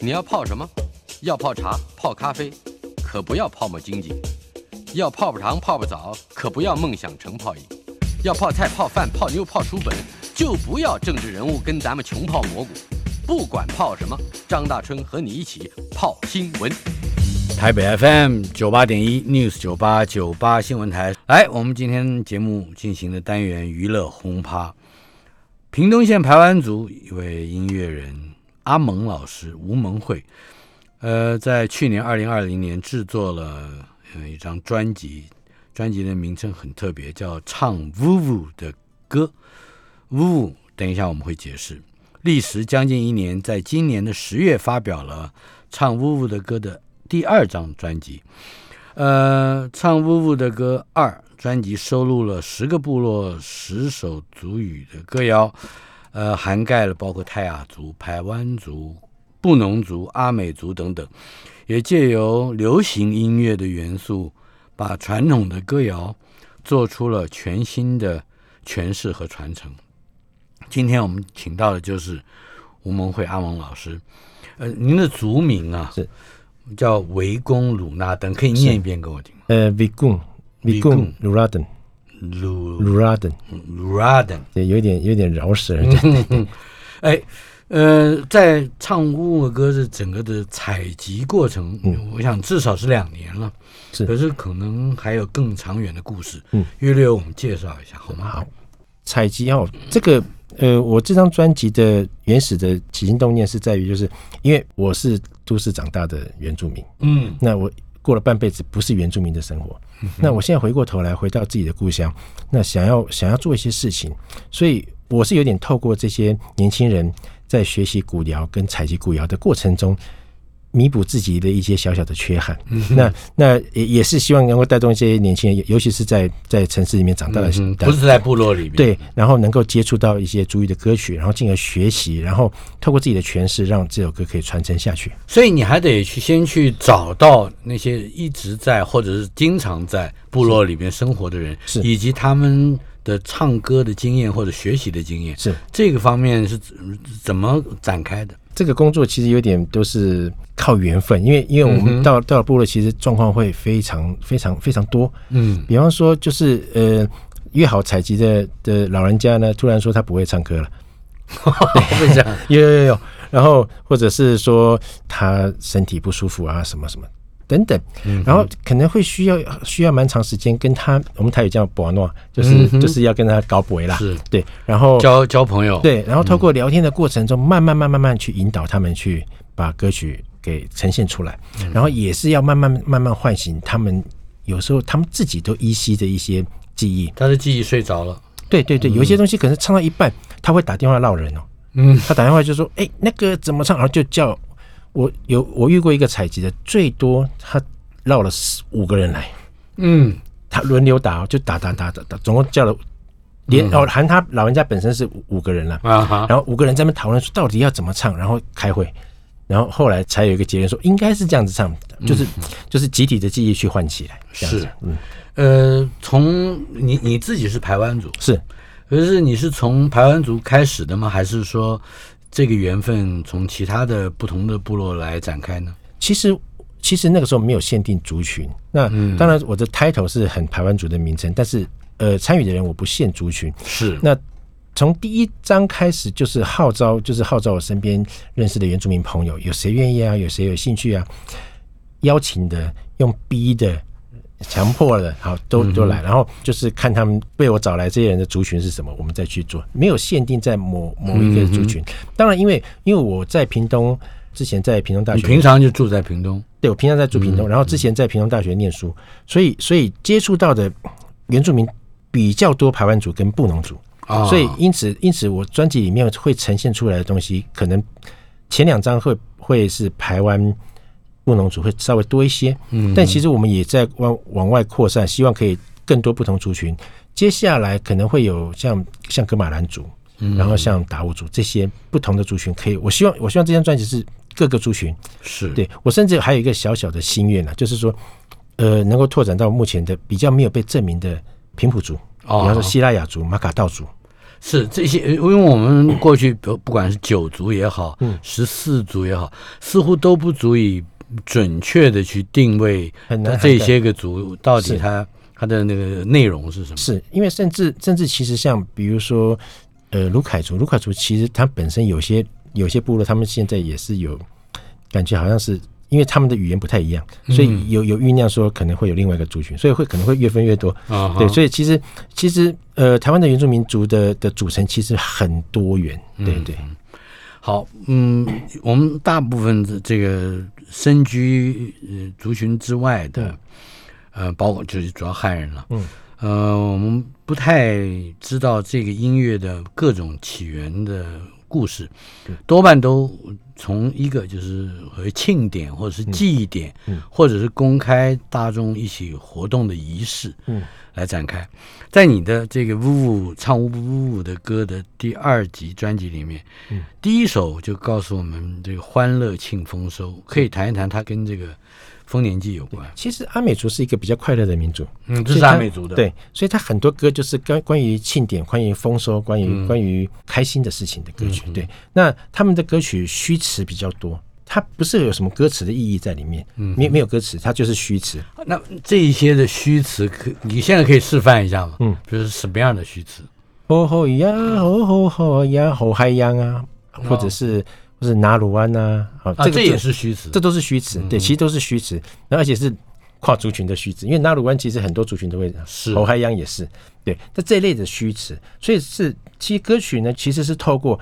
你要泡什么？要泡茶、泡咖啡，可不要泡沫经济；要泡泡糖、泡泡澡，可不要梦想成泡影；要泡菜、泡饭、泡妞、泡书本，就不要政治人物跟咱们穷泡蘑菇。不管泡什么，张大春和你一起泡新闻。台北 FM 九八点一 News 九八九八新闻台，来，我们今天节目进行的单元娱乐轰趴，屏东县排湾族一位音乐人阿蒙老师吴蒙慧，呃，在去年二零二零年制作了呃一张专辑，专辑的名称很特别，叫《唱 Wu Wu 的歌》，Wu Wu，等一下我们会解释。历时将近一年，在今年的十月发表了《唱 Wu Wu 的歌》的第二张专辑。呃，《唱 Wu Wu 的歌二》专辑收录了十个部落十首族语的歌谣，呃，涵盖了包括泰雅族、排湾族、布农族、阿美族等等，也借由流行音乐的元素，把传统的歌谣做出了全新的诠释和传承。今天我们请到的就是吴蒙慧阿蒙老师，呃，您的族名啊是叫维公鲁纳登，可以念一遍给我听吗？呃，Vigun Vigun l u r a d e n 鲁 l u r a d e 鲁拉登， n 有点有点饶舌，哎，呃，在唱乌乌的歌的整个的采集过程，我想至少是两年了，嗯是可是可能还有更长远的故事，嗯，略略我们介绍一下好吗？好，采集哦，这个呃，我这张专辑的原始的起心动念是在于，就是因为我是都市长大的原住民，嗯那我过了半辈子不是原住民的生活，那我现在回过头来回到自己的故乡，那想要想要做一些事情，所以我是有点透过这些年轻人在学习古疗跟采集古疗的过程中。弥补自己的一些小小的缺憾，嗯那那也也是希望能够带动一些年轻人，尤尤其是在在城市里面长大的嗯，的不是在部落里面，，对，然后能够接触到一些族语的歌曲，然后进而学习，然后透过自己的诠释，让这首歌可以传承下去。所以你还得去先去找到那些一直在或者是经常在部落里面生活的人，是以及他们的唱歌的经验或者学习的经验，是这个方面是怎怎么展开的？这个工作其实有点都是靠缘分，因为因为我们到、到了部落，其实状况会非常非常非常多。嗯，比方说，就是呃，约好采集的的老人家呢，突然说他不会唱歌了，会这样，有有有有，然后或者是说他身体不舒服啊，什么什么等等，然后可能会需要需要蛮长时间跟他，我们台语叫博诺，就是、就是要跟他搞博啦，是对，然后 交交朋友，，对，然后透过聊天的过程中，慢慢慢慢慢去引导他们去把歌曲给呈现出来，嗯然后也是要慢慢慢慢唤醒他们，有时候他们自己都依稀的一些记忆，他的记忆睡着了，对对对，有一些东西可能唱到一半，他会打电话闹人哦。嗯，他打电话就说：“哎、那个怎么唱？”然后就叫我有我遇过一个采集的，最多他绕了四五个人来，嗯，他轮流打哦，就打打打打打，总共叫了连、嗯哦，含他老人家本身是五五个人了，啊哈，然后五个人在那边讨论说到底要怎么唱，然后开会，然后后来才有一个结论说应该是这样子唱，就是、就是集体的记忆去唤起来，这样子是，呃，从你你自己是排湾族，是可是你是从排湾族开始的吗？还是说这个缘分从其他的不同的部落来展开呢？其实其实那个时候没有限定族群，那、当然我的 title 是很台湾族的名称，但是呃参与的人我不限族群。是那从第一章开始就是号召，就是号召我身边认识的原住民朋友，有谁愿意啊？有谁有兴趣啊？邀请的，用逼的。强迫的，好，嗯都都来，然后就是看他们被我找来这些人的族群是什么，我们再去做，没有限定在某某一个族群。当然，因为因为我在屏东之前，在屏东大嗯你学，平嗯常就住在屏东，对我平常在住屏东，然后之前在屏东大学念书，所以所以接触到的原住民比较多排湾族跟布农族，啊所以因此因此我专辑里面会呈现出来的东西，可能前两张会会是排湾。布农族会稍微多一些，嗯，但其实我们也在往往外扩散，希望可以更多不同族群。接下来可能会有像像格马兰族，然后像达悟族这些不同的族群，可以，我希望我希望这张专辑是各个族群是对我甚至还有一个小小的心愿呢、啊就是说，呃，能够拓展到目前的比较没有被证明的平埔族，哦比方说希拉雅族、马卡道族，是这些，因为我们过去不不管是九族也好，嗯十四族也好，似乎都不足以准确的去定位很这难涵盖些个族到底是它它的那个内容是什么。是因为甚至甚至其实像比如说，呃，卢凯族，卢凯族其实它本身有些有些部落，他们现在也是有感觉好像是。因为他们的语言不太一样，所以有有酝酿说可能会有另外一个族群，所以会可能会越分越多。啊，对，所以其实其实呃，台湾的原住民族的的组成其实很多元，对对，好，嗯，我们大部分的这个身居呃族群之外的，呃，包括就是主要汉人了，嗯，呃，我们不太知道这个音乐的各种起源的故事，多半都从一个就是和庆典或者是祭典，或者是公开大众一起活动的仪式，嗯，来展开。在你的这个《呜呜唱呜呜呜》的歌的第二集专辑里面，嗯第一首就告诉我们这个欢乐庆丰收，可以谈一谈它跟这个丰年祭有关。其实阿美族是一个比较快乐的民族，嗯，这所以是它阿美族的，，对，所以他很多歌就是关关于庆典、关于丰收、关于、嗯关于开心的事情的歌曲。对，那他们的歌曲虚词比较多，它不是有什么歌词的意义在里面，嗯没没有歌词，它就是虚词。那这一些的虚词可，你现在可以示范一下吗？嗯，比如说什么样的虚词？吼吼呀，吼吼吼呀，吼嗨呀啊，或者是或者拿鲁湾啊，好，哦啊，个这也是虚词这。都是虚词，嗯对，其实都是虚词，那而且是跨族群的虚词，因为纳鲁湾其实很多族群都会，是侯海洋也是，对，那这一类的虚词，所以是其实歌曲呢其实是透过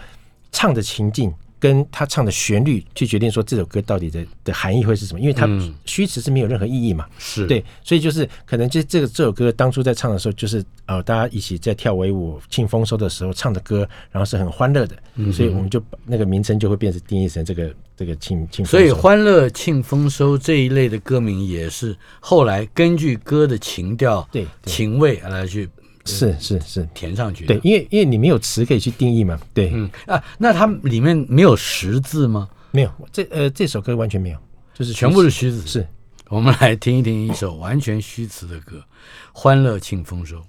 唱的情境跟他唱的旋律去决定说这首歌到底的的含义会是什么，因为它嗯虚词是没有任何意义嘛，是，对，所以就是可能这这个这首歌当初在唱的时候，就是呃大家一起在跳维舞庆丰收的时候唱的歌，然后是很欢乐的，嗯所以我们就把那个名称就会变成定义成这个这个庆庆丰收。所以“欢乐庆丰收”这一类的歌名也是后来根据歌的情调、对对情味来去是是是，填上去的。对，因为因为你没有词可以去定义嘛，对，嗯啊，那它里面没有识字吗？没有这呃这首歌完全没有，就是全部是虚词。是，我们来听一听一首完全虚词的歌，《欢乐庆丰收》。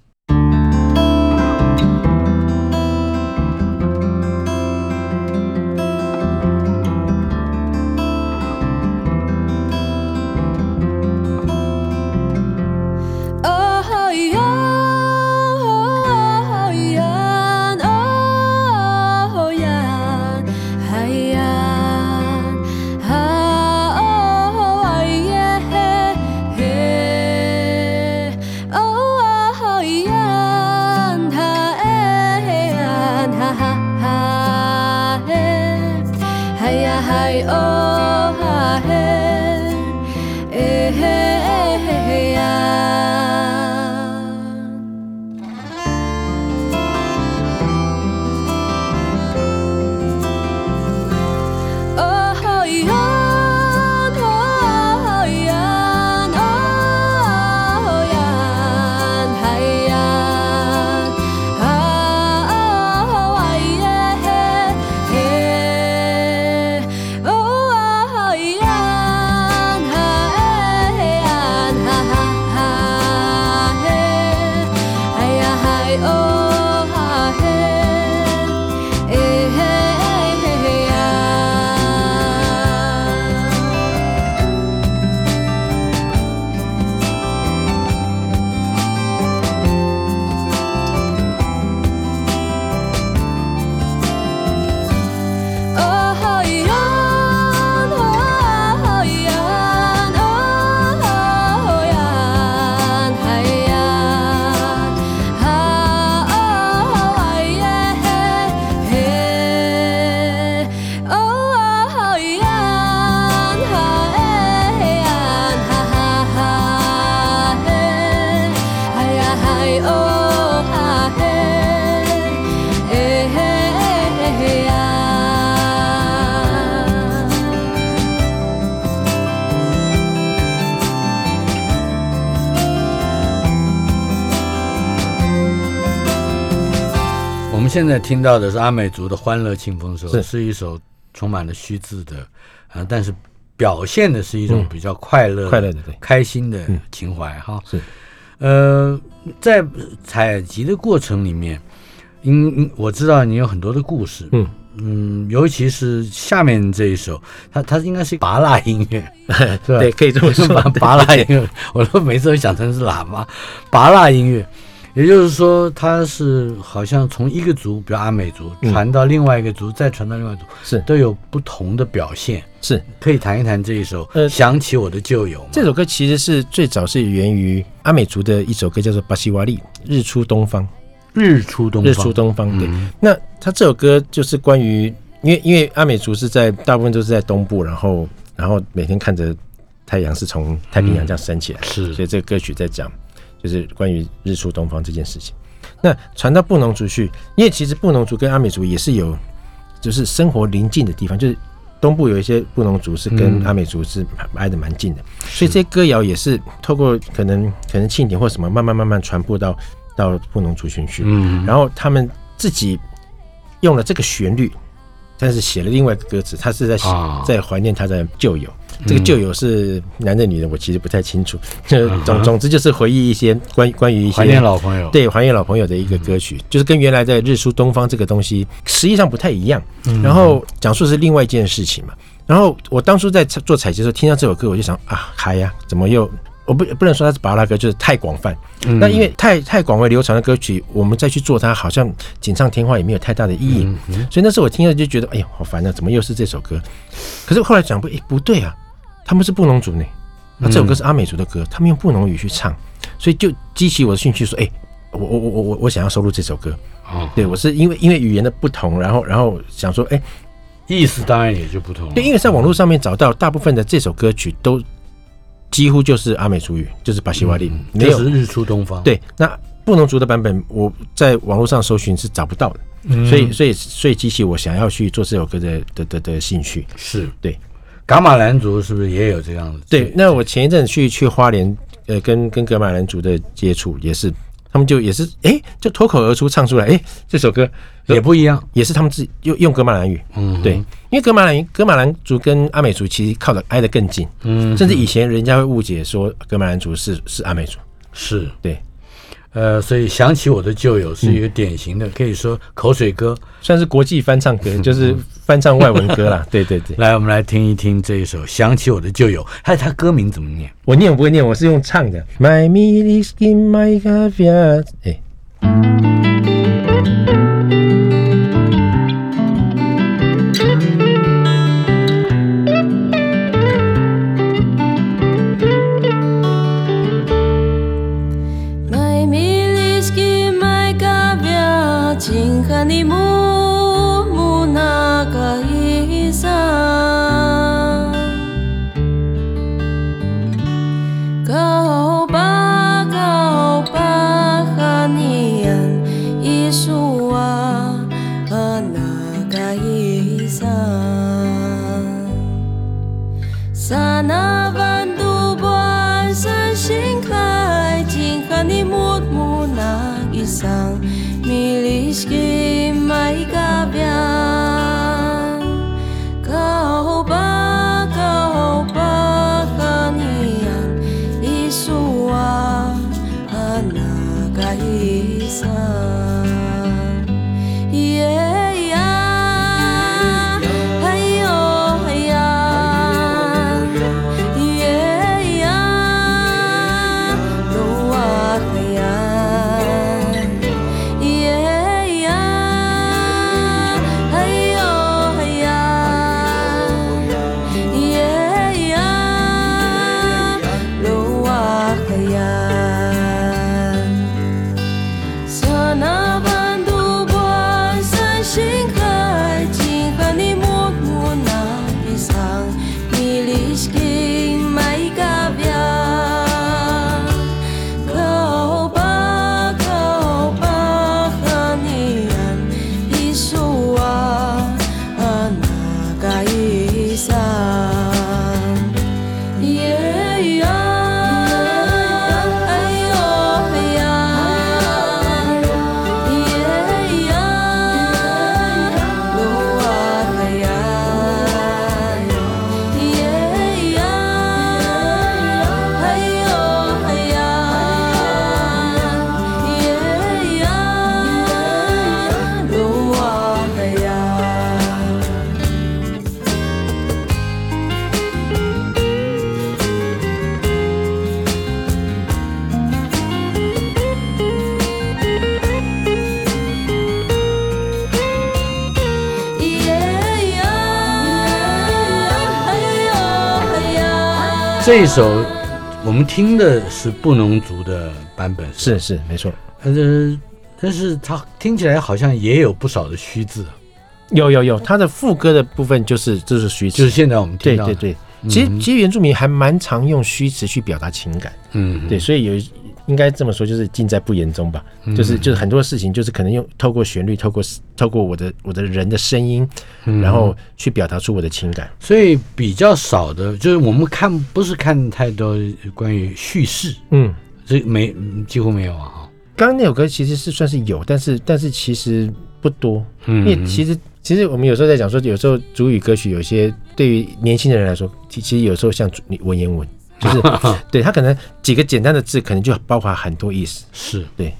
哦呀，哦呀，哦呀，哎呀，啊哦耶嘿，哦呀，他哎呀，他哈嘿，哎呀嗨哦哈嘿。哎嘿哎嘿嘿呀！哦吼呀，哦呀，哦呀，嗨呀，啊哦哎耶嘿，哦啊呀，哈哎呀，哈哈哈嘿，哎呀嗨哦哈嘿。哎嘿哎嘿呀！哦吼呀，哦吼呀，哦吼呀，嗨呀，啊哦哎耶嘿，哦吼呀，哈哎呀，哈哈哈嘿，哎呀嗨哦哈嘿。哎嘿哎嘿呀！我们现在听到的是阿美族的《欢乐庆丰收》，是是一首充满了虚字的，啊，但是表现的是一种比较快乐、快乐的对嗯开心的情怀哈。是，呃，在采集的过程里面，因因我知道你有很多的故事，嗯嗯，尤其是下面这一首，它它应该是拔蜡音乐， 是吧。对，可以这么说拔拔蜡音乐， 我都每次都想成是喇嘛，拔蜡音乐，也就是说它是好像从一个族，比如阿美族嗯传到另外一个族，再传到另外一个族，是都有不同的表现。是，可以谈一谈这一首《呃想起我的旧友》吗？这首歌其实是最早是源于阿美族的一首歌，叫做《巴西瓦利》，日出东方。日出东方，日出东方，对。嗯那他这首歌就是关于，因为因为阿美族是在大部分都是在东部，然后然后每天看着太阳是从太平洋这样升起来，是所以这个歌曲在讲就是关于日出东方这件事情。那传到布农族去，因为其实布农族跟阿美族也是有就是生活邻近的地方，就是东部有一些布农族是跟嗯阿美族是蛮挨得蛮近的，所以这些歌谣也是透过可能可能庆典或什么，慢慢慢慢传播到到布农族群去。嗯，然后他们自己用了这个旋律，但是写了另外一个歌词，他是在写、啊在怀念他的旧友。这个旧友是男的女的，我其实不太清楚。就总总之就是回忆一些关于关于一些嗯怀念老朋友，，嗯对怀念老朋友的一个歌曲，就是跟原来的日出东方这个东西实际上不太一样。嗯然后讲述是另外一件事情嘛。然后我当初在做采集的时候，听到这首歌，我就想啊，嗨呀，怎么又我不不能说它是巴拉歌，就是太广泛。嗯那因为太太广为流传的歌曲，我们再去做它，好像锦上添花也没有太大的意嗯义。所以那时候我听了就觉得，哎呀，好烦啊，怎么又是这首歌？可是后来想不，哎，不对啊，他们是布农族呢，那这首歌是阿美族的歌，他们用布农语去唱，所以就激起我的兴趣，说，哎，我我我我我我想要收录这首歌。哦，对我是因为因为语言的不同，然后然后想说，哎，意思当然也就不同了。对，因为在网络上面找到大部分的这首歌曲都几乎就是阿美族语，就是巴西瓦利，没就有是日出东方，，对，那布农族的版本，我在网络上搜寻是找不到的，所以所以所以激起我想要去做这首歌的的的的兴趣。是对噶玛兰族是不是也有这样的？对，那我前一阵去去花莲，呃，跟跟格马兰族的接触也是，他们就也是哎、就脱口而出唱出来，哎、这首歌呃也不一样，也是他们自己用用格马兰语，嗯，对，因为格马兰语格马兰族跟阿美族其实靠得挨得更近，嗯，甚至以前人家会误解说格马兰族是是阿美族，是，对，呃，所以想起我的旧友是一个典型的，可以说口水歌。算是国际翻 唱歌，就是翻唱外文歌啦，对对对。来，我们来听一听这一首《想起我的旧友》，还有它歌名怎么念？我念我不会念，我是用唱的。My m i l i s k i n my caviar，哎， Mai miliski mai kavya chinkhani mu munaka isa Kau ba kau ba hanian isua anaka isa sana van du boy san shin kai jin kan ni mut mu na isang milish ki mai ka byan kao ba kao ba kan yan isua ana ka isang Yeah, yeah. Hey, oh, yeah. Yeah, 哎 yeah. No, ah, yeah. Yeah, yeah. Hey, oh, yeah. Yeah, yeah. No, ah, yeah. 刹那般度过三星海，尽管你默默那一场，你历史给买个表。靠吧靠吧，和你安一束啊，啊那个一裳。耶呀，哎呦嘿呀，耶呀，路啊嘿呀，耶呀，哎呦嘿呀，耶呀，这一首我们听的是布农族的版本，是是没错，但是呃但是它听起来好像也有不少的虚字，啊有有有，它的副歌的部分就是就是虚就词，是啊现在我们听对到的，对对。其实其实原住民还蛮常用虚词去表达情感，嗯，对，所以有应该这么说，就是尽在不言中吧。嗯就是就是很多事情，就是可能用透过旋律，透过透过我的我的人的声音，嗯然后去表达出我的情感。所以比较少的，就是我们看不是看太多关于叙事，嗯，这没嗯几乎没有啊哈，刚刚那首歌其实是算是有，但是但是其实不多，嗯因为其实其实我们有时候在讲说，有时候主语歌曲有些对于年轻的人来说，其其实有时候像主文言 文，就是对他可能几个简单的字，可能就包含很多意思。是对，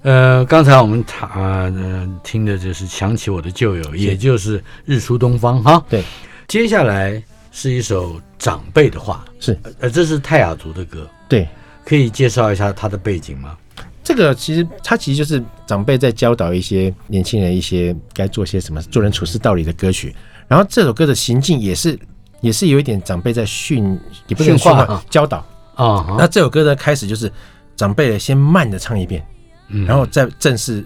呃，刚才我们谈、呃、听的就是想起我的旧友，也就是日出东方哈。对，接下来是一首长辈的话，是呃，这是泰雅族的歌，对。可以介绍一下它的背景吗？这个其实它其实就是长辈在教导一些年轻人一些该做些什么做人处事道理的歌曲。然后这首歌的行径也是也是有一点长辈在训，也不是训话化啊教导。啊哈、那这首歌的开始就是长辈先慢的唱一遍，嗯然后再正式，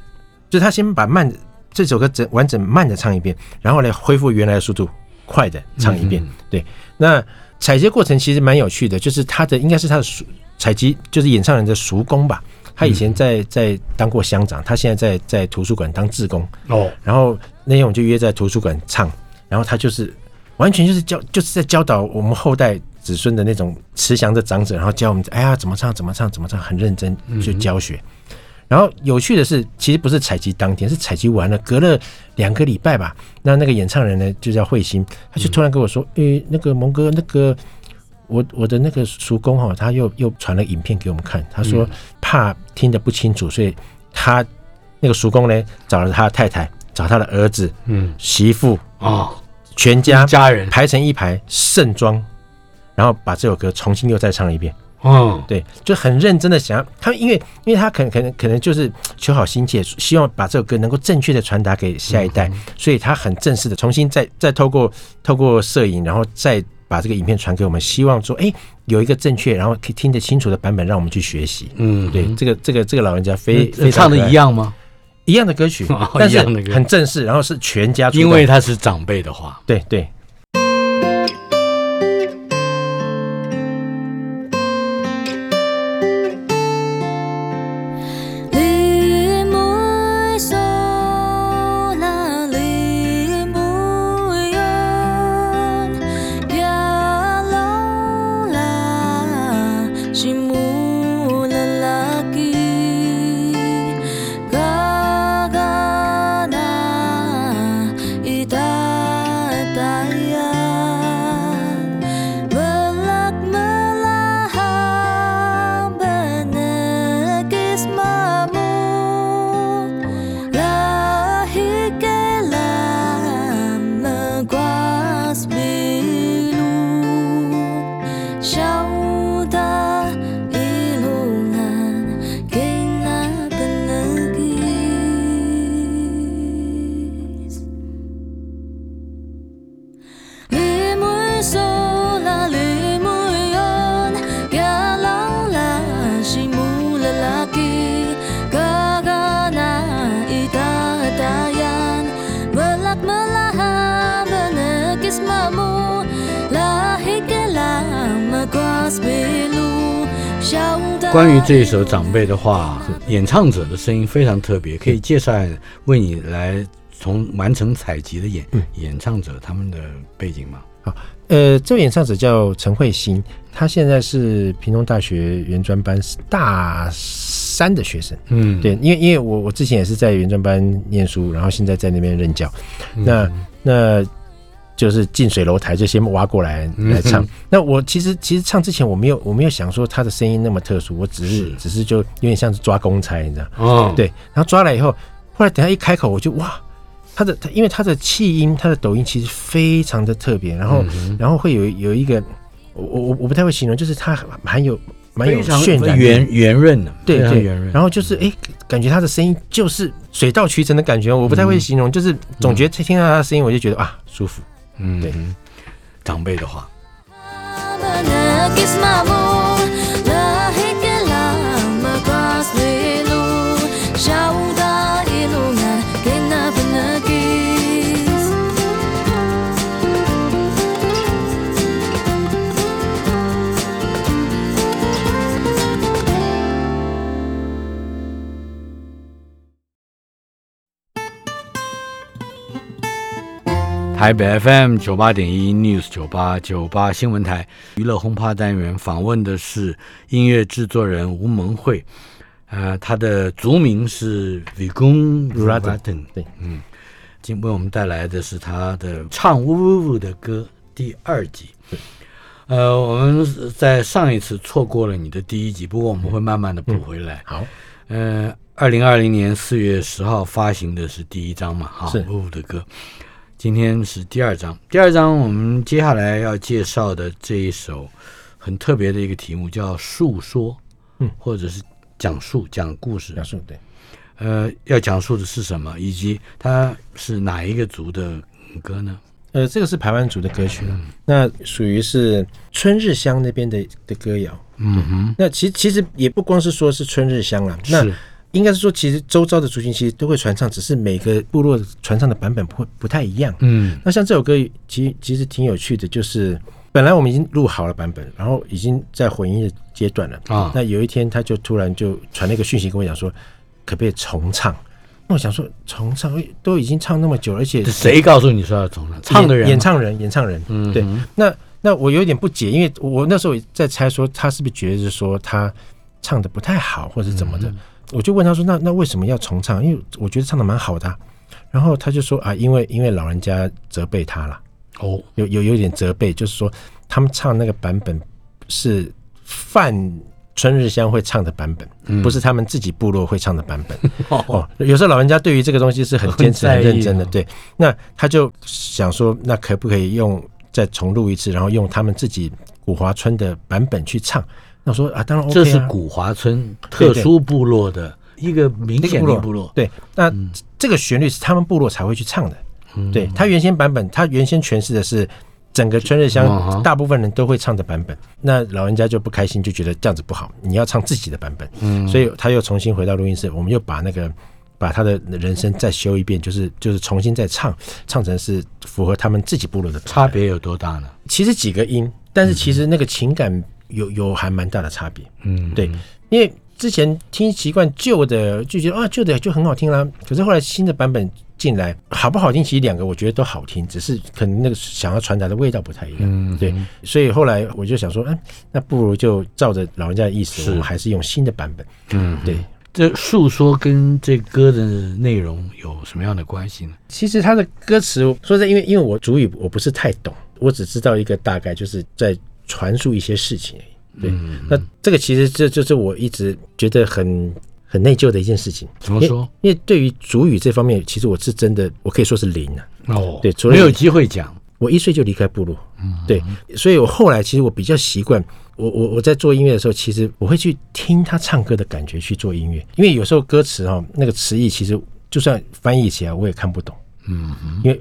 就是他先把慢这首歌整完整慢的唱一遍，然后来恢复原来的速度，快的唱一嗯遍。对，那采集过程其实蛮有趣的，就是他的应该是他的叔采集，就是演唱人的叔公吧。他以前在在当过乡长，他现在在在图书馆当志工。哦，然后那天我们就约在图书馆唱，然后他就是完全就是教，就是在教导我们后代子孙的那种慈祥的长者，然后教我们哎呀怎么唱怎么唱怎么唱，很认真去教学。然后有趣的是，其实不是采集当天，是采集完了，隔了两个礼拜吧。那那个演唱人呢，就叫慧心，他就突然跟我说：“诶、那个蒙哥，那个我我的那个叔公哈、哦，他又又传了影片给我们看，他说怕听得不清楚，所以他那个叔公呢，找了他的太太，找他的儿子、嗯，媳妇，哦，全家家人，排成一排盛装，然后把这首歌重新又再唱了一遍。哦，对，就很认真的想要他，因为因为他可能可能可能就是求好心切，希望把这首歌能够正确的传达给下一嗯代，所以他很正式的重新再再透过透过摄影，然后再把这个影片传给我们，希望说，哎、有一个正确，然后可以听得清楚的版本，让我们去学习。嗯，对，这个这个这个老人家非那，非常呃唱可爱的一样吗？一样的歌曲 哦，但一是样的歌很正式，然后是全家啊出动，因为它是长辈的话，对对，你每所那你每样，也拢啦是无人拉起，嘎嘎那一大大呀。Melak melahap benegis mamu Lahir kelam meguas bilu Syauda ilungan kena benegis 你每所那你每样，也拢啦是无力拉起，嘎嘎那伊达达样，不拉不拉哈，不那给什么，拉黑个拉么瓜子皮路，想到关于这首长辈的话，演唱者的声音非常特别，可以介绍为你来从完成采集的演、嗯演唱者他们的背景吗？好，呃，这位演唱者叫陈慧欣，她现在是屏东大学原专班大三的学生。嗯，对，因为因为我我之前也是在原专班念书，然后现在在那边任教。嗯那那就是近水楼台就先挖过来来唱。嗯那我其实其实唱之前我没有我没有想说他的声音那么特殊，我只是是只是就有点像是抓公差，你知道。哦，对，然后抓来以后，后来等他一开口，我就哇，他的他因为他的气音，他的抖音其实非常的特别，然后、嗯然后会有有一个，我我我我不太会形容，就是他蛮有蛮有非常渲染力圆圆润的，对非常对圆润。嗯然后就是哎、诶感觉他的声音就是水到渠成的感觉，我不太嗯会形容，就是总觉得听到他的声音，我就觉得啊舒服。嗯对长辈的话，不 ba nagis mamu Lahi kelam akras milu Jauh dari lunga kena penagis FM 台北 FM 九八点一 News 九八九八新闻台娱乐轰趴单元访问的是音乐制作人吴蒙慧，呃，他的族名是 Vigum Radan，对，今为我们带来的是他的唱呜呜呜的歌第二集。呃，我们在上一次错过了你的第一集，不过我们会慢慢的补回来。好，呃，二零二零年四月十号发行的是第一张嘛，哈是，呜呜的歌。今天是第二张，第二张我们接下来要介绍的这一首很特别的一个题目叫述说，嗯，或者是讲述讲故事表，述对，呃，要讲述的是什么，以及它是哪一个族的歌呢？呃，这个是排湾族的歌曲了，那属于是春日乡那边的的歌谣。嗯哼，那其其实也不光是说是春日乡啦，那是应该是说，其实周遭的族群其实都会传唱，只是每个部落传唱的版本不会不太一样。嗯那像这首歌，其其实挺有趣的，就是本来我们已经录好了版本，然后已经在混音的阶段了。啊那有一天他就突然就传了一个讯息跟我讲说，可不可以重唱？那我想说重唱诶都已经唱那么久了，而且是谁告诉你说要重唱？唱的人吗演演唱人，演唱人，嗯哼对。那那我有点不解，因为我那时候也在猜说他是不是觉得是说他唱的不太好，或者怎嗯么的。我就问他说：“那那为什么要重唱？因为我觉得唱的蛮好的啊、然后他就说：“啊，因为因为老人家责备他了，哦，有有有点责备，就是说他们唱那个版本是泛春日香会唱的版本，嗯不是他们自己部落会唱的版 本。哦，有时候老人家对于这个东西是很坚持、很在很意认真的。哦对，那他就想说，那可不可以用再重录一次，然后用他们自己古华村的版本去唱？那我说啊，当然 OK 这啊，是古华村对特对殊部落的一个明那个显部的落部落。嗯对，那这个旋律是他们部落才会去唱的。对，他原先版本，他原先诠释的是整个春日嗯乡哼大部分人都会唱的版本。那老人家就不开心，就觉得这样子不好，你要唱自己的版本。嗯所以他又重新回到录音室，我们又把那个。把他的人声再修一遍，就是就是重新再唱，唱成是符合他们自己部落的版本差别有多大呢？其实几个音，但是其实那个情感有有还蛮大的差别。嗯，对，因为之前听习惯旧的，就觉得啊旧的就很好听啦。可是后来新的版本进来，好不好听？其实两个我觉得都好听，只是可能那个想要传达的味道不太一样。嗯对，所以后来我就想说，嗯，那不如就照着老人家的意思，是我们还是用新的版本。嗯，对，这述说跟这歌的内容有什么样的关系呢？其实他的歌词，说实在，因为因为我主语我不是太懂，我只知道一个大概，就是在传述一些事情而已。对，嗯那这个其实这就是我一直觉得很很内疚的一件事情。怎么说？因为？因为对于主语这方面，其实我是真的，我可以说是零啊。哦，对除了没有机会讲。我一岁就离开部落，对，所以我后来其实我比较习惯，我我我在做音乐的时候，其实我会去听他唱歌的感觉去做音乐，因为有时候歌词哦，那个词义其实就算翻译起来我也看不懂，嗯，因为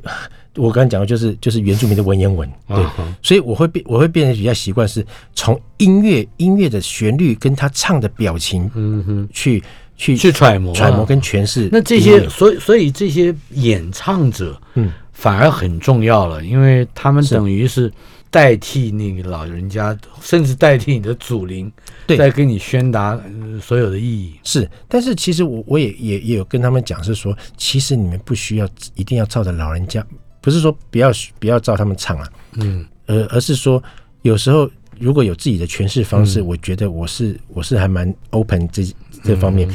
我刚才讲的就是就是原住民的文言文，对，所以我会变我会变得比较习惯是从音乐音乐的旋律跟他唱的表情，嗯哼，去去去揣摩啊揣摩跟诠释，那这些，所以所以这些演唱者，嗯，反而很重要了，因为他们等于是代替那个老人家，甚至代替你的祖灵，对在跟你宣达、呃所有的意义。是，但是其实我我也也也有跟他们讲，是说其实你们不需要一定要照着老人家，不是说不要不要照他们唱啊，嗯，呃，而是说有时候如果有自己的诠释方嗯式，我觉得我是我是还蛮 open 这这方嗯面，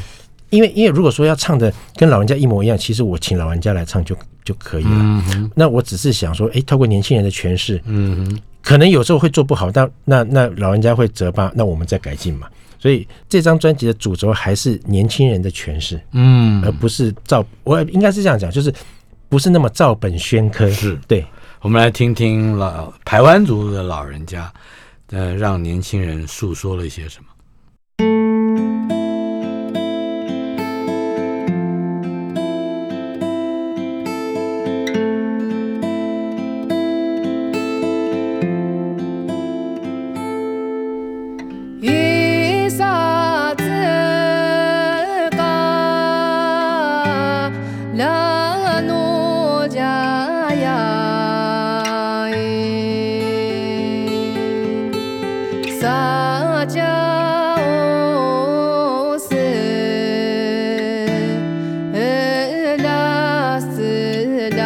因为因为如果说要唱的跟老人家一模一样，其实我请老人家来唱就就可以了。那我只是想说，诶，透过年轻人的诠释，嗯哼。可能有时候会做不好，但那那老人家会责骂，那我们再改进嘛。所以这张专辑的主轴还是年轻人的诠释，嗯而不是照我应该是这样讲，就是不是那么照本宣科。是对，我们来听听老台湾族的老人家，呃，让年轻人诉说了一些什么。撒娇是啦是啦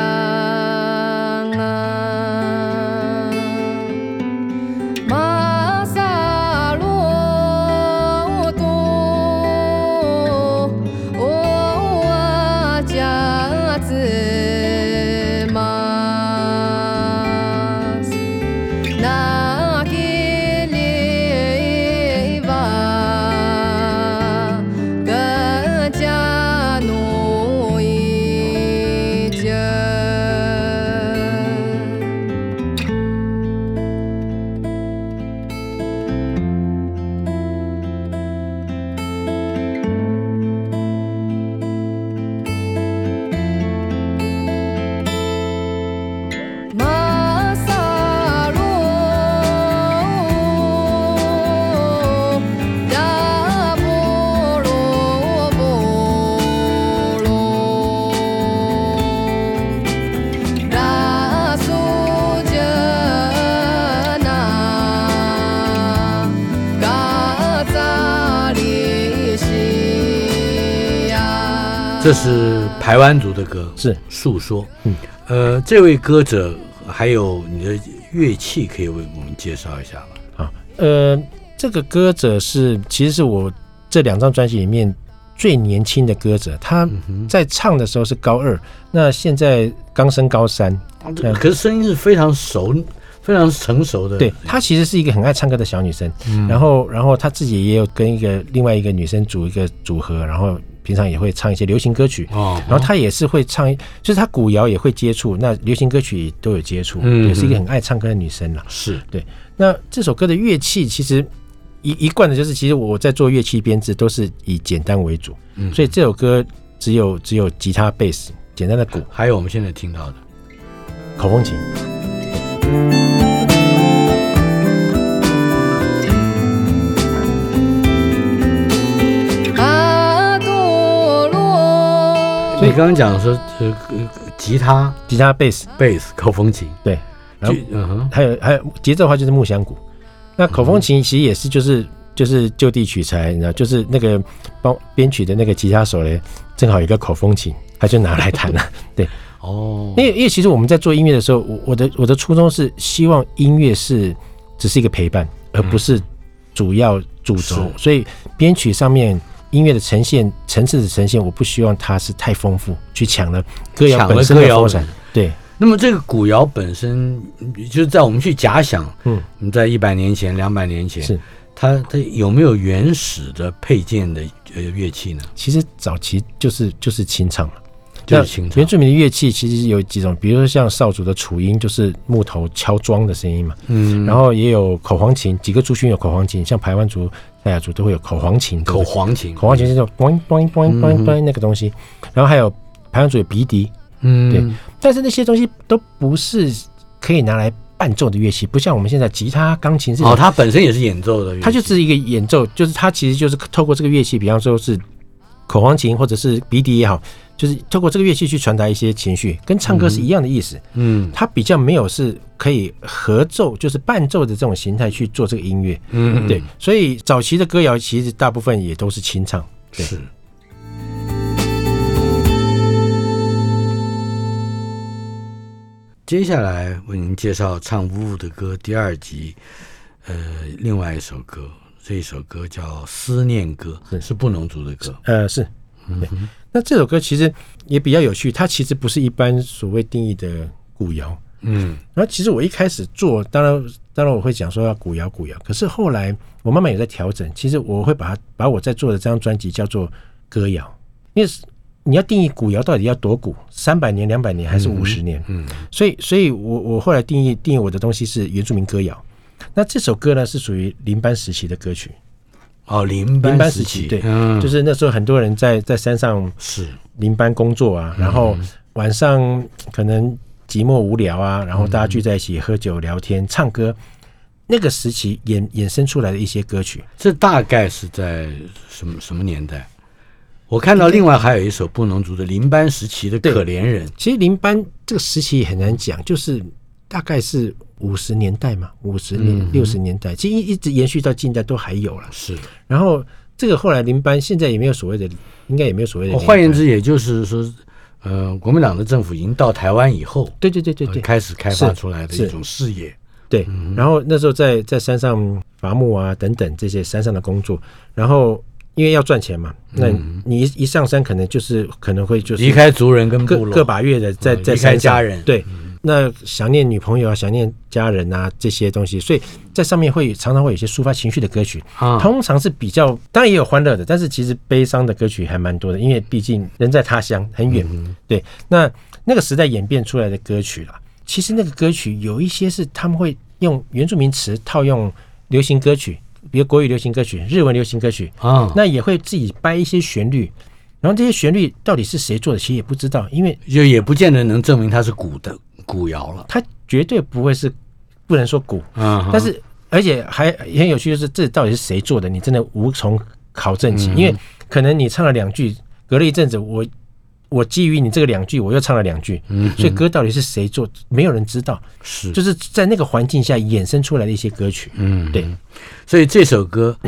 啊，玛莎罗多哦家子玛。那给里吧，各家努一家。马萨罗，达波罗波罗，达苏杰那，嘎扎里西呀。这是台湾族的歌，是诉说。嗯，呃，这位歌者还有你的乐器，可以为我们介绍一下吗？啊，呃，这个歌者是其实是我这两张专辑里面最年轻的歌者，他嗯在唱的时候是高二，那现在刚升高三，对可是声音是非常熟、非常成熟的。对她其实是一个很爱唱歌的小女生，嗯然后然后她自己也有跟一个另外一个女生组一个组合，然后平常也会唱一些流行歌曲，哦，然后她也是会唱，就是她古谣也会接触，那流行歌曲也都有接触，嗯也是一个很爱唱歌的女生啦。是那这首歌的乐器其实一一贯的就是，其实我在做乐器编制都是以简单为主，嗯所以这首歌只有只有吉他、贝斯、简单的鼓、还有我们现在听到的，口风琴。阿多罗，所以刚刚讲说，呃，呃吉他、吉他、贝斯，贝斯、口风琴，对，然后就嗯哼，还有还有节奏的话就是木箱鼓，嗯那口风琴其实也是就是就是就地取材，你知道，就是那个帮编曲的那个吉他手嘞，正好有一个口风琴，他就拿来 弹了。对，哦，因为因为其实我们在做音乐的时候，我我的我的初衷是希望音乐是只是一个陪伴，而不是主要主轴。嗯是所以编曲上面音乐的呈现层次的呈现，我不希望它是太丰富，去抢了歌谣抢了本身的歌谣风采本。对，那么这个古谣本身，嗯就是在我们去假想，嗯，你在一百年前、两百年前，是它它有没有原始的配件的呃乐器呢？其实早期就是就是清唱嘛。就那是清唱原，住民的乐器其实有几种，比如说像少主的楚音，就是木头敲桩的声音嘛。嗯，然后也有口簧琴，几个族群有口簧琴，像排湾族、泰雅族都会有口簧琴。对不口对簧嗯琴，口簧琴是那种嘣嘣嘣嘣嘣那个东西，然后还有排湾族有鼻笛，嗯，对但是那些东西都不是可以拿来伴奏的乐器，不像我们现在吉他、钢琴是，哦，它本身也是演奏的乐器，它就是一个演奏，就是它其实就是透过这个乐器，比方说是口簧琴或者是鼻笛也好，就是透过这个乐器去传达一些情绪，跟唱歌是一样的意思。嗯它比较没有是可以合奏，就是伴奏的这种形态去做这个音乐，嗯，对，所以早期的歌谣其实大部分也都是清唱。对是。接下来为您介绍唱呜呜的歌第二集，呃，另外一首歌，这一首歌叫《思念歌》，是布农族的歌。呃，是。对。那这首歌其实也比较有趣，它其实不是一般所谓定义的古谣。嗯，然后其实我一开始做，当然当然我会讲说要古谣古谣，可是后来我慢慢有在调整，其实我会把它把我在做的这张专辑叫做歌谣，因为是你要定义古谣到底要多古，三百年、两百年还是五十年？嗯，所以所以我我后来定义定义我的东西是原住民歌谣。那这首歌呢是属于林班时期的歌曲，哦，林林班时时期对，嗯，就是那时候很多人在在山上是临班工作嗯啊，然后晚上可能寂寞无聊啊，然后大家聚在一起喝酒聊天、唱歌，那个时期衍衍生出来的一些歌曲，这大概是在什么什么年代？我看到另外还有一首布农族的林班时期的《对可怜人》，其实林班这个时期也很难讲，就是大概是五十年代嘛，五十嗯年六十年代，其实一一直延续到近代都还有了。是。然后这个后来林班现在也没有所谓的，应该也没有所谓的哦林班。换言之，也就是说，呃，国民党的政府已经到台湾以后，对对对对呃对，开始开发是出来的是一种视野。对，嗯然后那时候在在山上伐木啊等等这些山上的工作，然后因为要赚钱嘛，那你一一上山可能就是可能会就嗯是离开族人跟个部落，个把月的在嗯在离开山上家人嗯对，那想念女朋友啊，想念家人啊这些东西，所以在上面会常常会有一些抒发情绪的歌曲，啊，通常是比较，当然也有欢乐的，但是其实悲伤的歌曲还蛮多的，因为毕竟人在他乡很远。嗯对，那那个时代演变出来的歌曲啦，其实那个歌曲有一些是他们会用原住民词套用流行歌曲，比如国语流行歌曲、日文流行歌曲，啊，那也会自己掰一些旋律。然后这些旋律到底是谁做的，其实也不知道，因为就也不见得能证明它是古的古谣了。它绝对不会是不能说古，啊，但是而且还也很有趣，就是这到底是谁做的，你真的无从考证起，嗯因为可能你唱了两句，隔了一阵子，我我基于你这个两句，我又唱了两句，所以歌到底是谁做，没有人知道，嗯是就是在那个环境下衍生出来的一些歌曲，嗯，对，所以这首歌，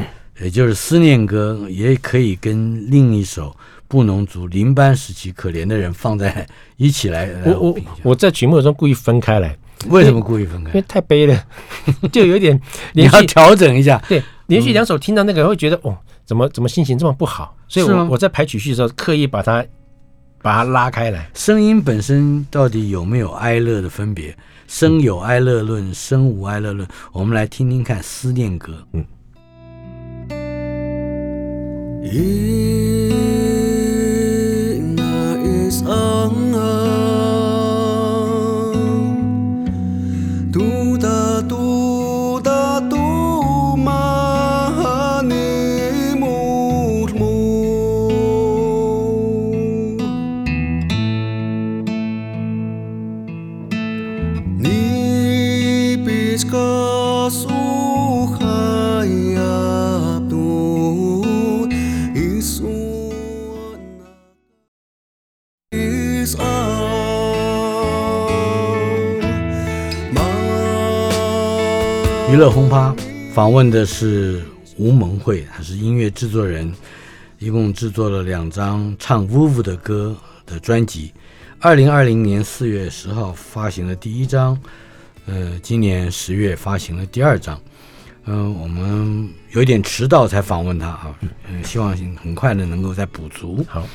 也就是思念歌，也可以跟另一首布农族林班时期可怜的人放在一起来。来我我我在曲目中故意分开来，为什么故意分因为开？太悲了， 就有一点 你连要续调整一下。 对连续两首听到那个会觉得哦，怎么怎么心情这么不好，所以是吗我我在排曲序的时候刻意把它把它拉开来。声音本身到底有没有哀乐的分别？声有哀乐论，声无哀乐论。我们来听听看《思念歌》。 Inais ang tuta tuta tumanimur mo. Nipis kasukayap nun isuan na 娱乐轰趴访问的是吴萌慧，她是音乐制作人，一共制作了两张唱 Vuvu 的歌的专辑。二零二零年四月十号发行了第一张，呃，今年十月发行了第二张。嗯、我们有点迟到才访问她啊，呃希望很快的能够再补足。嗯好，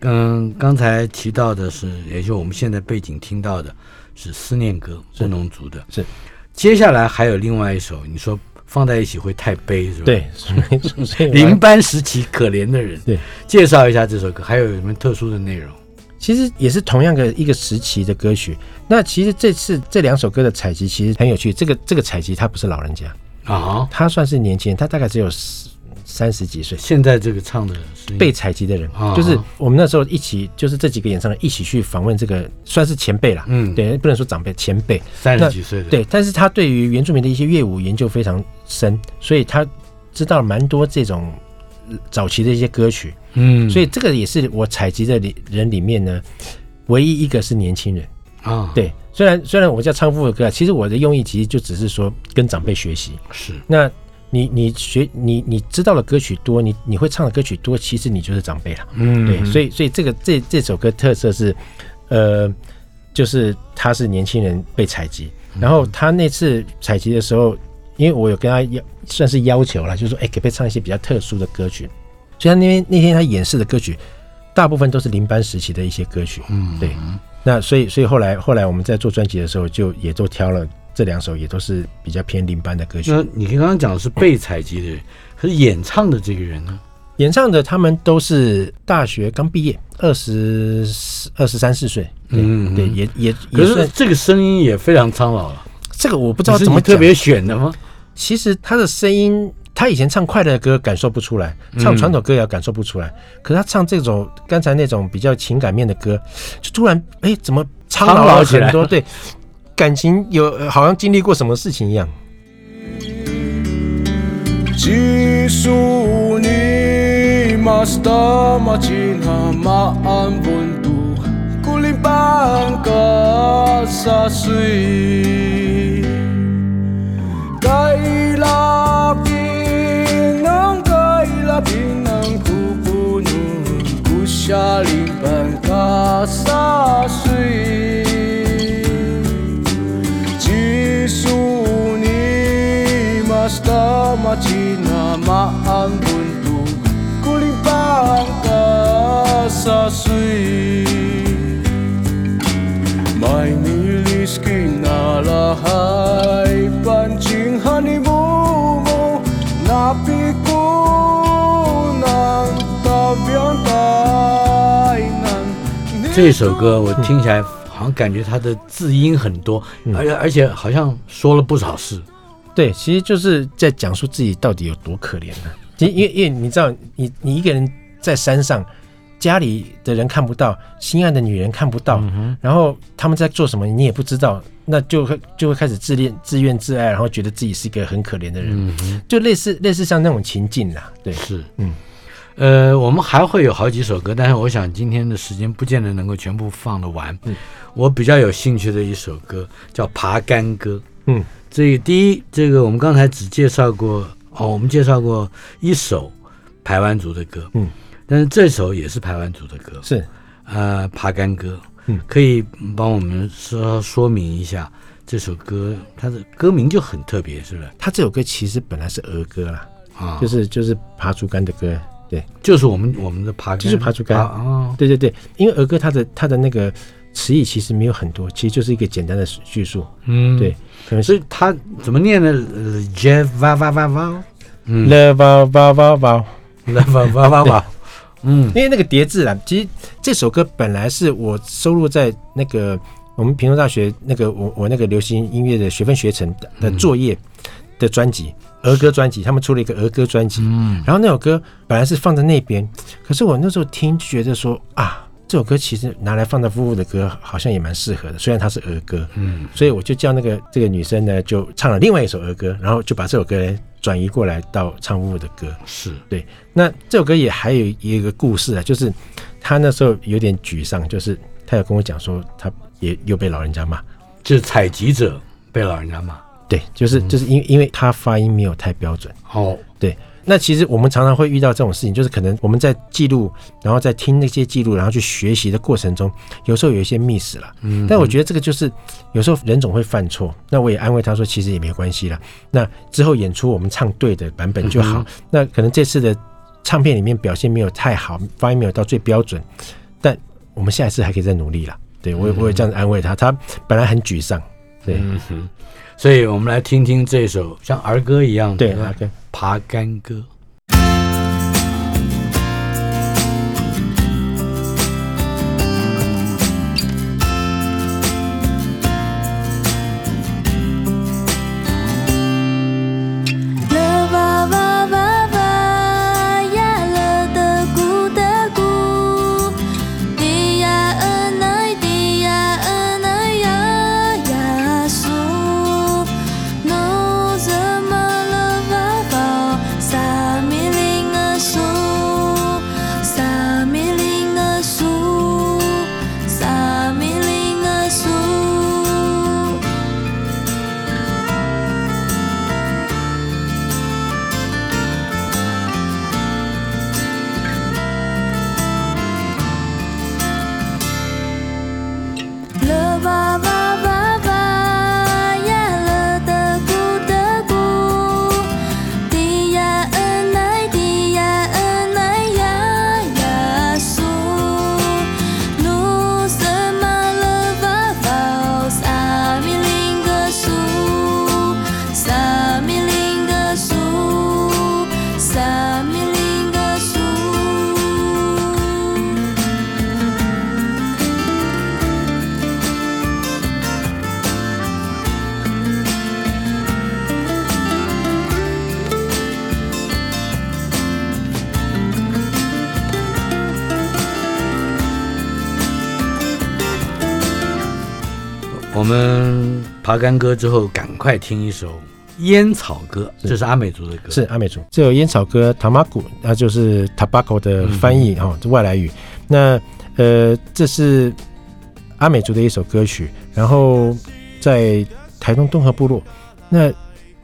嗯，刚才提到的是，也就是我们现在背景听到的是思念歌，布农族的。是，接下来还有另外一首，你说放在一起会太悲，是吧？，对， 所以所 以林班时期可怜的人。对，介绍一下这首歌，还有什么特殊的内容？其实也是同样的一个时期的歌曲。那其实这次这两首歌的采集其实很有趣。这个这个采集他不是老人家，啊，他算是年轻人，他大概只有十三十几岁。现在这个唱的是被采集的人啊，就是我们那时候一起，就是这几个演唱人一起去访问这个，算是前辈啦，嗯对，不能说长辈，前辈，三十几岁的，，对，但是他对于原住民的一些乐舞研究非常深，所以他知道蛮多这种呃早期的一些歌曲，嗯，所以这个也是我采集的里人里面呢，唯一一个是年轻人。啊，，对，虽然虽然我叫唱父的歌啊，其实我的用意其实就只是说跟长辈学习。是那你你学你你知道的歌曲多，你你会唱的歌曲多，其实你就是长辈了。嗯对，所以所以这个这这首歌特色是，呃，就是他是年轻人被采集，然后他那次采集的时候，因为我有跟他要算是要求了，就是说，哎、可不可以唱一些比较特殊的歌曲？所以他那天那天他演示的歌曲，大部分都是林班时期的一些歌曲，嗯，对。那所以所以后来后来我们在做专辑的时候，就也都挑了这两首，也都是比较偏林班的歌曲。那你刚刚讲的是被采集的人，可是演唱的这个人呢？演唱的他们都是大学刚毕业，二十二十三四岁，对嗯对，也也可也是算这个声音也非常苍老了，这个我不不知道怎么特讲嗯别。选的吗？其实他的声音，他以前唱快乐歌感受不出来，嗯唱传统歌也感受不出来，可是他唱这种刚才那种比较情感面的歌，就突然哎怎么苍苍老老了起来很多？对，感情有呃好像经历过什么事情一样。 Jisuni masta machinha maan buntu kulimpang ka sa sui Masta machina maan buntu Kulipang ka sa sui May nilis kinalahay Pancing hanibumo Napiko ng tabyang tainan 这首歌我听起来好像感觉它的字音很多，嗯而且而且好像说了不少事。对，其实就是在讲述自己到底有多可怜呢、其实因为因为你知道，你你一个人在山上，家里的人看不到，心爱的女人看不到，然后他们在做什么你也不知道，那就会就会开始自恋、自怨自艾，然后觉得自己是一个很可怜的人，就类似类似像那种情境啦。对，是，嗯，呃，我们还会有好几首歌，但是我想今天的时间不见得能够全部放得完。嗯，我比较有兴趣的一首歌叫《爬干歌》。嗯，这个第一，这个我们刚才只介绍过哦，我们介绍过一首排湾族的歌。嗯，但是这首也是排湾族的歌。是呃，《爬干歌》。嗯，可以帮我们说说明一下这首歌，它的歌名就很特别，是不是？他这首歌其实本来是儿歌啦，啊，就是就是爬竹竿的歌，对，就是我们我们的爬干，就是爬竹竿啊、哦对对对，因为儿歌它的它的那个词义其实没有很多，其实就是一个简单的叙述，嗯，对，可能所是以他怎么念呢呃？J 哇哇哇哇呃 love 吧吧吧吧，啦哇哇哇哇，嗯因为那个叠字啦，其实这首歌本来是我收录在那个我们屏东大学那个我我那个流行音乐的学分学程的的嗯作业的专辑。儿歌专辑，他们出了一个儿歌专辑，嗯，然后那首歌本来是放在那边，可是我那时候听就觉得说啊，这首歌其实拿来放在夫妇的歌好像也蛮适合的，虽然它是儿歌，嗯，所以我就叫那个这个女生呢，就唱了另外一首儿歌，然后就把这首歌呢转移过来到唱夫妇的歌。 是，对，那这首歌也还有一个故事啊，就是她那时候有点沮丧，就是她有跟我讲说，她也又被老人家骂。就是采集者被老人家骂，对，就是就是因为因为她发音没有太标准。哦，对，那其实我们常常会遇到这种事情，就是可能我们在记录，然后在听那些记录，然后去学习的过程中，有时候有一些 miss 了。嗯，但我觉得这个就是有时候人总会犯错，那我也安慰他说，其实也没关系啦。那之后演出我们唱对的版本就好。那可能这次的唱片里面表现没有太好，发音没有到最标准，但我们下一次还可以再努力啦。对我也我也这样子安慰他，他本来很沮丧。对、嗯哼，所以我们来听听这首像儿歌一样的对歌儿歌爬干歌》。了吧吧吧吧呀了的咕的咕，滴呀嗯哎滴呀嗯哎呀呀苏，侬怎么了吧吧？萨米林啊苏，萨米林啊苏，萨米林啊苏。了吧吧吧吧呀了的咕的咕，滴呀嗯哎滴呀嗯哎呀呀苏，努什么了吧吧萨米林格苏，萨米林格苏，萨米林格苏。我们爬干歌之后，赶快听一首烟草歌，这是阿美族的歌，是阿美族。这首烟草歌《塔马古》，那就是 tobacco 的翻译嗯哈，这、外来语。那呃，这是阿美族的一首歌曲，然后在台东东河部落。那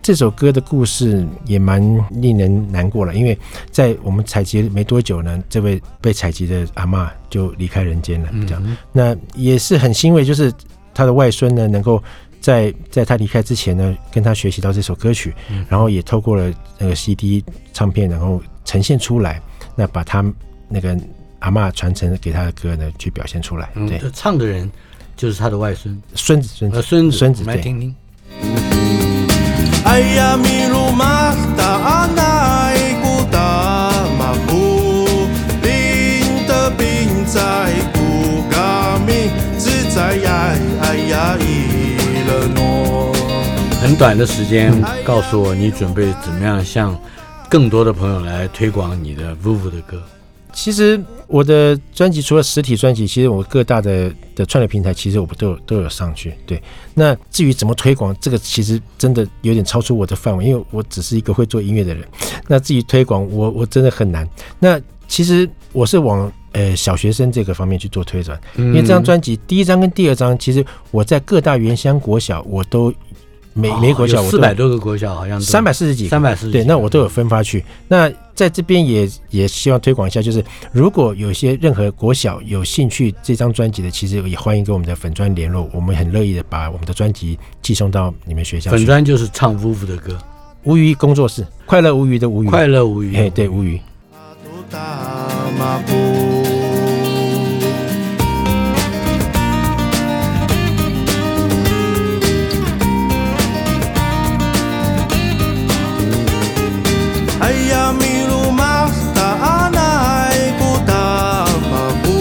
这首歌的故事也蛮令人难过了，因为在我们采集没多久呢，这位被采集的阿嬷就离开人间了，这样。嗯哼那也是很欣慰，就是他的外孙呢能够在在他离开之前呢，跟他学习到这首歌曲，嗯然后也透过了那个 CD 唱片，然后呈现出来，那把他那个阿嬷传承给他的歌呢，去表现出来。嗯对，这唱的人就是他的外孙，孙子孙呃，子孙子，孙子我们来对。听听。 Aya mirumakta anay ko tama ko Binta binzai ko kami Zizai ay ay ay ilano 很短的时间告诉我你准备怎么样向更多的朋友来推广你的 VUVU 的歌。其实我的专辑除了实体专辑，其实我各大的的串流平台，其实我们都有都有上去。对，那至于怎么推广，这个其实真的有点超出我的范围，因为我只是一个会做音乐的人。那至于推广，我我真的很难。那其实我是往呃小学生这个方面去做推转，因因为这张专辑第一张跟第二张，其实我在各大原乡国小我都每每个国小我哦四都百多个国小好像三百四十几个三百四十对，那我都有分发去。那在这边也也希望推广一下，就是如果有些任何国小有兴趣这张专辑的，其实也欢迎跟我们的粉专联络，我们很乐意的把我们的专辑寄送到你们学校去。粉专就是唱 VUVU 的歌，无鱼工作室，快乐无鱼的无鱼，快乐无语。嘿，对无鱼。 Ato tama ko Ay, amiro anay ko tama ko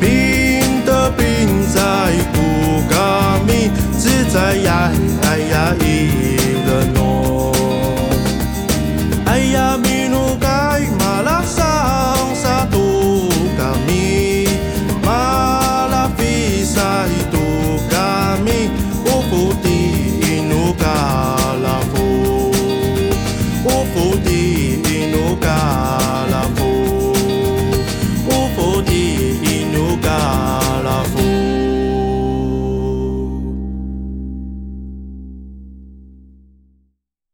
Pinta pinzay ko kami Zizay ay ay ay ilano